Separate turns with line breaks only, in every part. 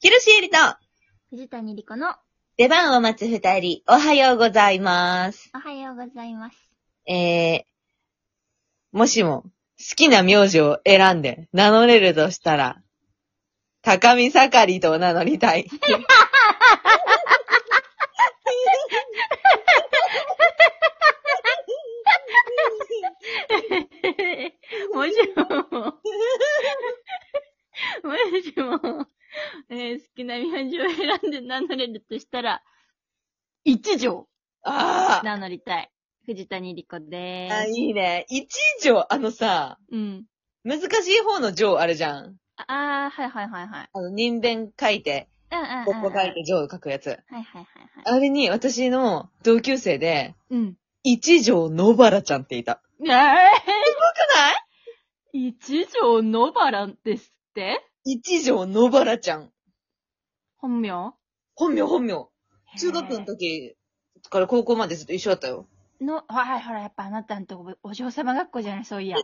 ヒロシエリと
藤谷莉子の
出番を待つ二人、おはようございます。
おはようございます。
えー、もしも好きな名字を選んで名乗れるとしたら、高見盛りと名乗りたい。
もしも、もしも、えー好きな名字を選んで名乗れるとしたら、一条
あー
名乗りたい。藤谷莉子で
あ、
ー
い
す。
いね。一条、あのさ、
うん。
難しい方の条あるじゃん。
あー、はいはいはいはい。
あの、人弁書いて、
うんうんうんうん。
ポッポ書
はい
いて条書くやつ。
はいはいはい。
あれに私の同級生で、
うん。
一条野原ちゃんっていた。
えー、
良くない
一条野原ですって
一条野原ちゃん。
本名
本名本名。中学の時から高校までずっと一緒だったよ。
の、はい、ほら、やっぱあなたんとこ、お嬢様学校じゃない、そういや。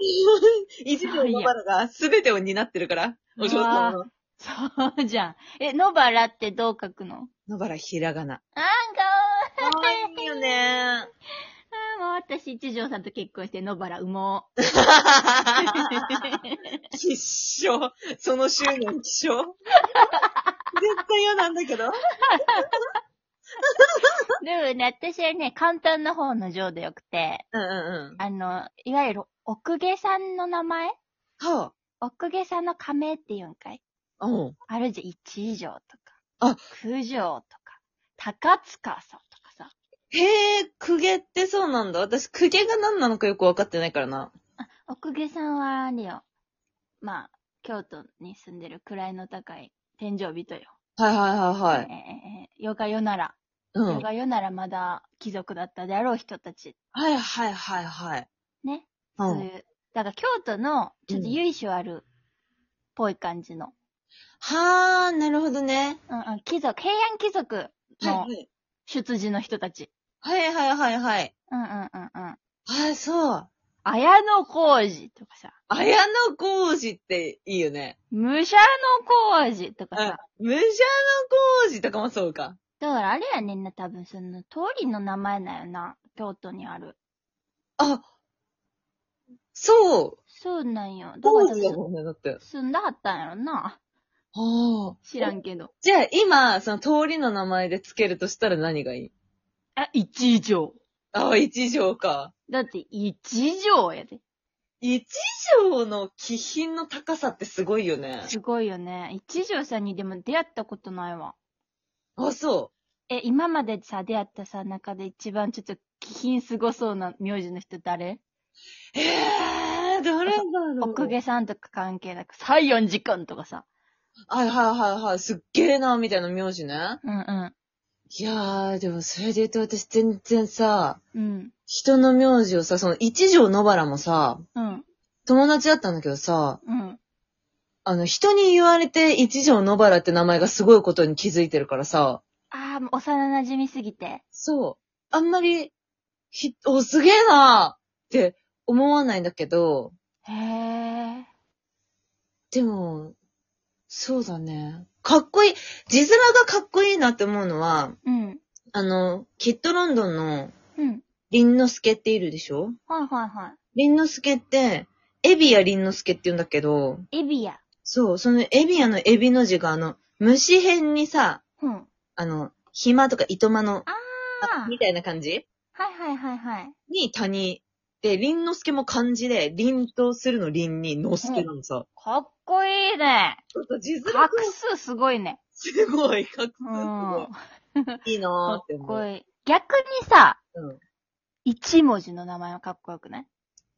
一条野原が全てを担ってるから。お嬢様の。
そうじゃん。え、野原ってどう書くの
野原ひらがな。
あん
かわいいよ ね。
かもう私、一条さんと結婚して野原産もう。
必勝。その執念必勝。絶対嫌なんだけど。
でもね、私はね、簡単な方の情でよくて、
うんうんうん。
あの、いわゆる、奥下さんの名前
は
奥下さんの仮名って言うんかい
あ。うん。
あるじゃん、一条と
あ
か、九条とか、高塚さんとかさ。
へえ、公家ってそうなんだ。私、公家が何なのかよくわかってないからな。
奥下さんはあれよ。まあ、京都に住んでる位の高い天井人よ。
はいはいはいはい。
えー、ヨガヨなら、
う
ヨ
ん。
ガヨならまだ貴族だったであろう人たち。
はいはいはいはい。
ね。
う。
そうんいう、だから京都の、ちょっと由緒ある、っぽい感じの、
はあ、なるほどね。
うんうん、貴族、平安貴族の
はい
出自の人たち。
はいはいはいはい。
うんうんうんうん。
あ、そう。
綾野浩二とかさ、
綾野浩二っていいよね。
武者の浩二とかさ、
武者の浩二とかもそうか。
だからあれやねんな、多分その通りの名前だよな、京都にある。
あ、そう。
そうなんよ。だから
浩
多
二だ
分
もんね、だって。
住んだはったんやろ
あ
な。
あ。
知らんけど。
じゃあ今、その通りの名前で付けるとしたら何がいい
あ、一条。
ああ、一条か。
だって、一条やで。
一条の気品の高さってすごいよね。
すごいよね。一条さんにでも出会ったことないわ。
あ、そ
え、今までさ、出会ったさ、中で一番ちょっと気品すごそうな名字の人誰
う。ええー、どれだろう。
奥下さんとか関係なく、西園寺君とかさ。
はいはいはいはい。すっげえな、みたいな名字ね。
うんう
いやー、でもそれで言うと私全然さ、
ん。うん。
人の名字をさ、その一条野原もさ、
うん。
友達だったんだけどさ、
うん。
あの、人に言われて一条野原って名前がすごいことに気づいてるからさ、
あー、もう幼馴染みすぎて。
そう、あんまり、ひ、お、すげえなーって思わないんだけど、
へー。
でも、そうだね。かっこいい、字面がかっこいいなって思うのは、
うん。
あの、キッドロンドンの、
うん。
リンノスケっているでしょ
はいはいは
りんのすけって、エビやりんのすけって言うんだけど、
い。エビや。
そう、そのエビやのエビの字があの、虫編にさ、
うん。あ
あの、暇とか糸間の、
ー。
みたいな感じ
はいはいはいはい。
に谷。で、りんのすけも漢字で、りんとするのりんにのすけなのさ。
かっこいいね。
ちょっと字面が
画数すごいね。
すごい、かっ
うん。
こ
か
いい。いいなー
っ
って思う。
こいい。逆にさ、
うん、
一文字の名前はかっこよくない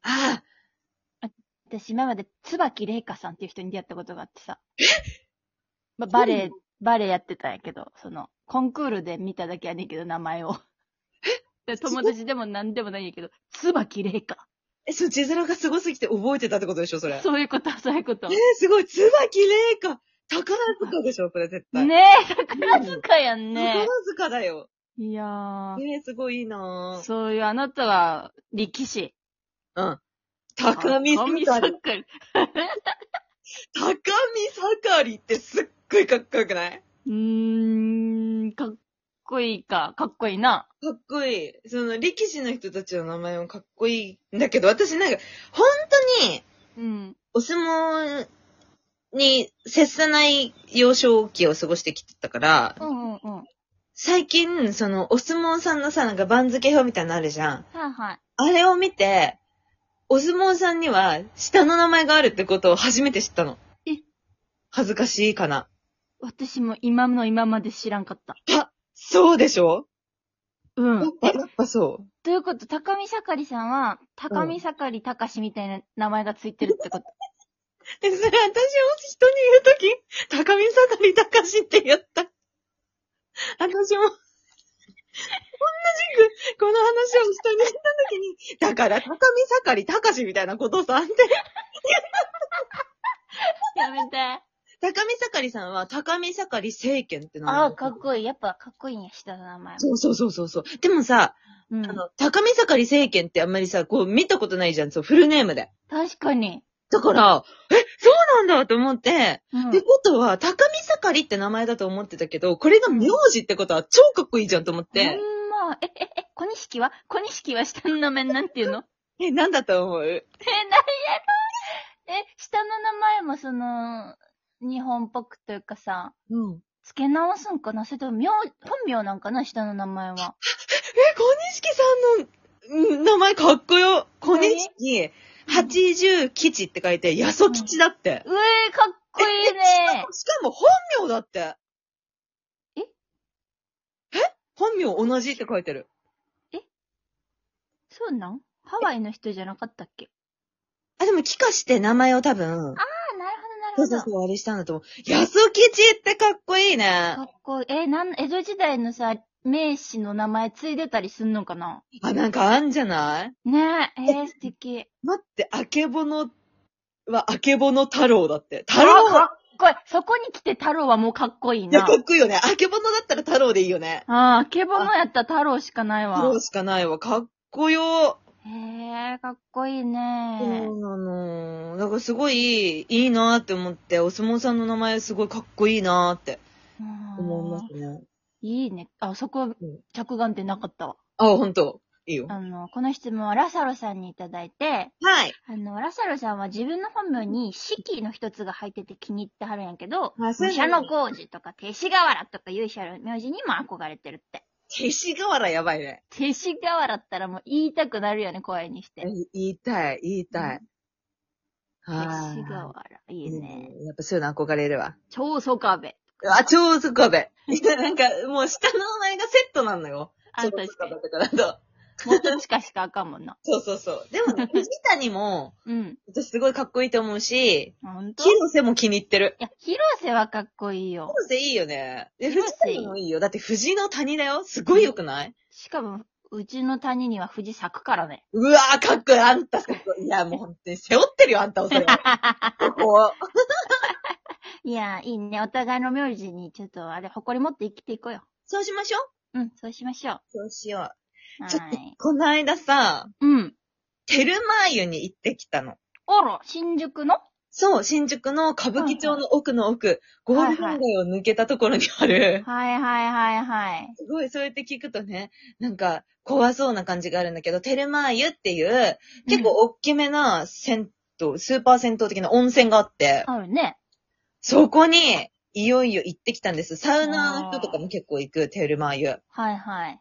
ああ、
私今まで椿玲香さんっていう人に出会ったことがあってさ。ま、バレエ、バレエやってたんやけど、その、コンクールで見ただけやねんけど、名前を。で友達でも何でもないんやけど、椿玲香。
え、そう、字面がすごすぎて覚えてたってことでしょ、それ。
そういうこと、そういうこと
えー。、すごい、つばきれいか。宝塚でしょ、それ絶対。
ねえ、桜塚やんね
宝。塚だよ。
いやー。
ねえ、すごいいいなぁ。
そういうあなたは力士。
うん。高見盛り。
高
高
見盛
見
り
盛りってすっごいかっこよくない
うーん、かっこいいか。かっこいいな。
かっこいい。その、力士の人たちの名前もかっこいいんだけど、私なんか、本当に、
うん。
お相撲に接さない幼少期を過ごしてきてたから、
うんうんうん。は
最近、その、お相撲さんのさ、なんか番付表みたいなのあるじゃん。
いはい。
あれを見て、お相撲さんには下の名前があるってことを初めて知ったの。
え
恥ずかしいかな。
私も今の今まで知らんかった。
そうでしょ
う
やっ
ん。
ぱ
え、
やっぱそう。
ということ、高見盛りさんは、高見盛り高しみたいな名前がついてるってこと。
え、それ私を人に言うとき、高見盛り高しって言った。私も、同じく、この話を人にしたときに、だから高見盛り高しみたいなことさんって、
やめて。
高見盛りさんは高見盛り政権って名前
ああ、かっこいい。やっぱかっこいいんや、下の名前も。
そうそうそうそうそう。でもさ、
うん
あ。の、高見盛り政権ってあんまりさ、こう見たことないじゃん、そう、フルネームで。
確かに。
だから、え、そうなんだと思って、
うん
ってことは、高見盛りって名前だと思ってたけど、これが名字ってことは超かっこいいじゃんと思って、
ほんま、え、え、え、小錦は小錦は下の名前なんていうの
え、なんだと思う
え、なんやろえ、下の名前もその、日本っぽくというかさ、
うん。
付け直すんかなそれとも名、本名なんかな下の名前は。
え、小錦さんのん名前かっこよ。小錦、80吉って書いて、八十吉だって。
うえー、かっこいいね
しかも本名だって。
え
え本名同じって書いてる。
そうなんハワイの人じゃなかったっけ
あ、でも、帰化して名前を多分、
あ、なる
そ
ほ
うそ
ど、な
う
るほど。
そう、あれしたんだと思う。安吉ってかっこいいね。
か
あ、
っこいい。え、なん、江戸時代のさ、名士の名前ついでたりすんのかな
なんかあんじゃない
ねえ、えー、素敵。
待って、あけぼのはあけぼの太郎だって。
あ
太郎
かっこいい。そこに来て太郎はもうかっこいい
いや、
な。
かっこいいよね。あけぼのだったら太郎でいいよね。
ああ、けぼのやったら太郎しかない
太
わ
郎。しかないわ。かっこよ。
へえ、かっこいい
そう
ね。
なの。だからすごいいいなって思って、お相撲さんの名前すごいかっこいいなって
うん
思いますね。
いいね。あ、そこ
ん、
着眼点なかったわ。
あ、ほんと。いいよ。
あの、この質問はラサロさんにいただいて、
はい。
あの、ラサロさんは自分の本名に四季の一つが入ってて気に入ってはるんやけど、
あそう
武
なんだ
者の工事とか勅使河原とか勇者の名字にも憧れてるって。
勅使河原やばいね。
勅使河原ったらもう言いたくなるよね、声にして。
言いたい、言いたい。は
勅
い
使河原。いいね。
うんやっぱそういうの憧れるわ。
超ソカベ。
あ、超そこべ。いやなんか、もう下の名前がセットなのよ。
あ、確かに。
だからと。
もうどっちかしかあかんもんな。
そうそうそう。でもね、藤谷も、
うん。
私すごいかっこいいと思うし、
ほんとい
広瀬も気に入ってる。
や、広瀬はかっこいいよ。
広瀬いいよね。で、藤
広瀬いい
谷もいいよ。だって藤の谷だよ。すごい良くない
しかも、うちの谷には富士咲くからね。
うわぁ、かっこいい。あんた、かっこいい。いや、もう本当に背負ってるよ、あんたをそれは。ここを。
いや、いいね。お互いの名字に、ちょっと、あれ、誇り持って生きていこうよ。
そうしましょう。
うん、そうしましょ
そうしよ
う。
う。
は
ちょっと
い。、
この間さ、
うん。
テルマー湯に行ってきたの。
あら、新宿の
そう、新宿の歌舞伎町の奥の奥、ゴールデン街を抜けたところにある、
はいはいはいはい。
すごいそうやって聞くとね、なんか怖そうな感じがあるんだけど、テルマー湯っていう、結構大きめな銭湯、スーパー銭湯的な温泉があって、
あるね。
そこに、いよいよ行ってきたんです。サウナーの人とかも結構行く、テルマー湯。
はいはい。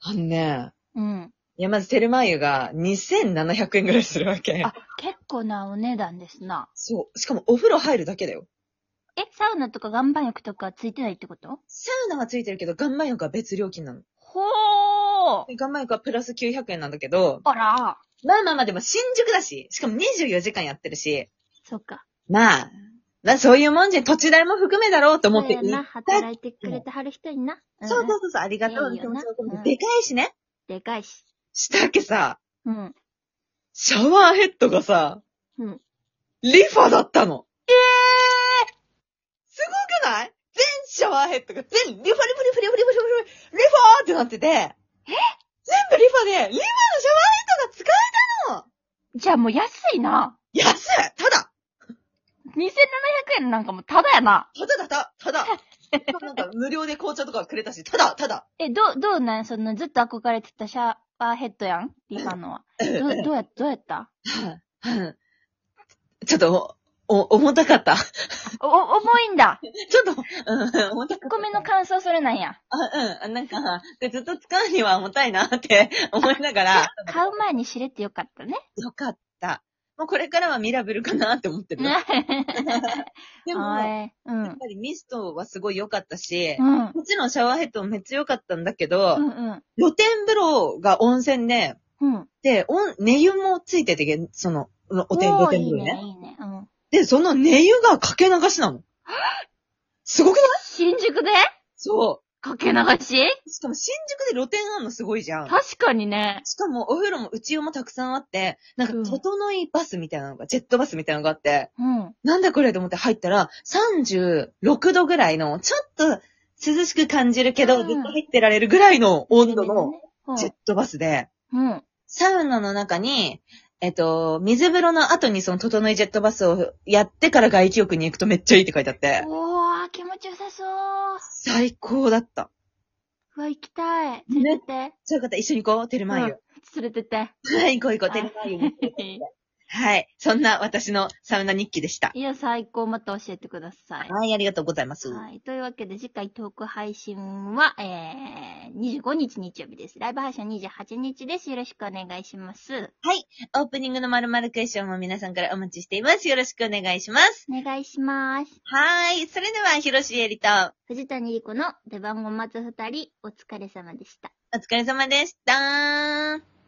あのね、
うん。
いや、まずテルマー湯が2700円ぐらいするわけ
あ。、結構なお値段ですな。
そう。しかもお風呂入るだけだよ。
え、サウナとか岩盤浴とかついてないってこと
サウナはついてるけど、岩盤浴は別料金なの。
ほー
ガンマイクはプラス900円なんだけど、
あら
まあまあまあでも新宿だし、しかも24時間やってるし、
そっか。
まあ、まあそういうもんじゃ土地代も含めだろうと思って
そうやな、
た
働いてくれてはる人にな。ん
そうそうそうそう、ありがとう
い
み
い
たい
よ
な
な
気持ちを込めて
うん
でかいしね。
でかいし。
したっけさ、
うん。
シャワーヘッドがさ、
うん。
リファだったの。ええすごくない全シャワーヘッドが全リファリファリファリファリファリファリファリファーってなってて、え全部リファで、リファのシャワーヘッドが使
じゃあもう安いな。
え安いただ
2700円なんかもうただやな。
ただただ、ただ。なんか無料で紅茶とかくれたし、ただ、ただ。
え、どう、どうなんそのずっと憧れてたシャワーヘッドやんリファのは。どう、どうや、どうやった
ちょっと、お、重たかった。ち
お、お重いんだ
ょっと、うん、重たか
1
った。
個目の感想それなんや。
あうん、なんか、でずっと使うには重たいなって 思いなが ら、
買う前に知れてよかったね。
よかった。もうこれからはミラブルかなって思ってる。で も、やっ
はい。うん。うん
ぱりミストはすごい良かったし、
うん
もちろんシャワーヘッドもめっちゃ良かったんだけど、
うん。
露天風呂が温泉で、
うん。
で、温寝湯もついてて、その、お天、露天
おーい
風
い
呂ね
ね、いいね。うん。
で、その寝湯がかけ流しなの。すごくない
新宿で
そ
かけ流し
う。しかも新宿で露天あんのすごいじゃん。
確かにね。
しかもお風呂も内湯もたくさんあって、なん
うん
か、整いバスみたいなのが、ジェットバスみたいなのがあって、
うん。
なんだこれと思って入ったら、36度ぐらいの、ちょっと涼しく感じるけど、
うん
ずっと入ってられるぐらいの温度の
うん。
ジェットバスで、
うん。
サウナの中に、えっと、水風呂の後にその整いジェットバスをやってから外気浴に行くとめっちゃいいって書いてあって、
おー、気持ちよさそう。
最高だった。
うわ、行きたい。連れてって。
そういう方一緒に行こう、テルマーユ。
連れてって。
はい、行こう行こう、テルマーユに。はい、そんな私のサウナ日記でした。
いや、最高。また教えてください。
はい、ありがとうございます。
はい。というわけで、次回トーク配信は、えー、25日日曜日です。ライブ配信は28日です。よろしくお願いします。
オープニングのまるまるクエスチョンも皆さんからお待ちしています。よろしくお願いします。
お願いします。
はい、それでは、ひろしえりと、
藤谷莉子の出番を待つ二人、お疲れ様でした。
お疲れ様でした。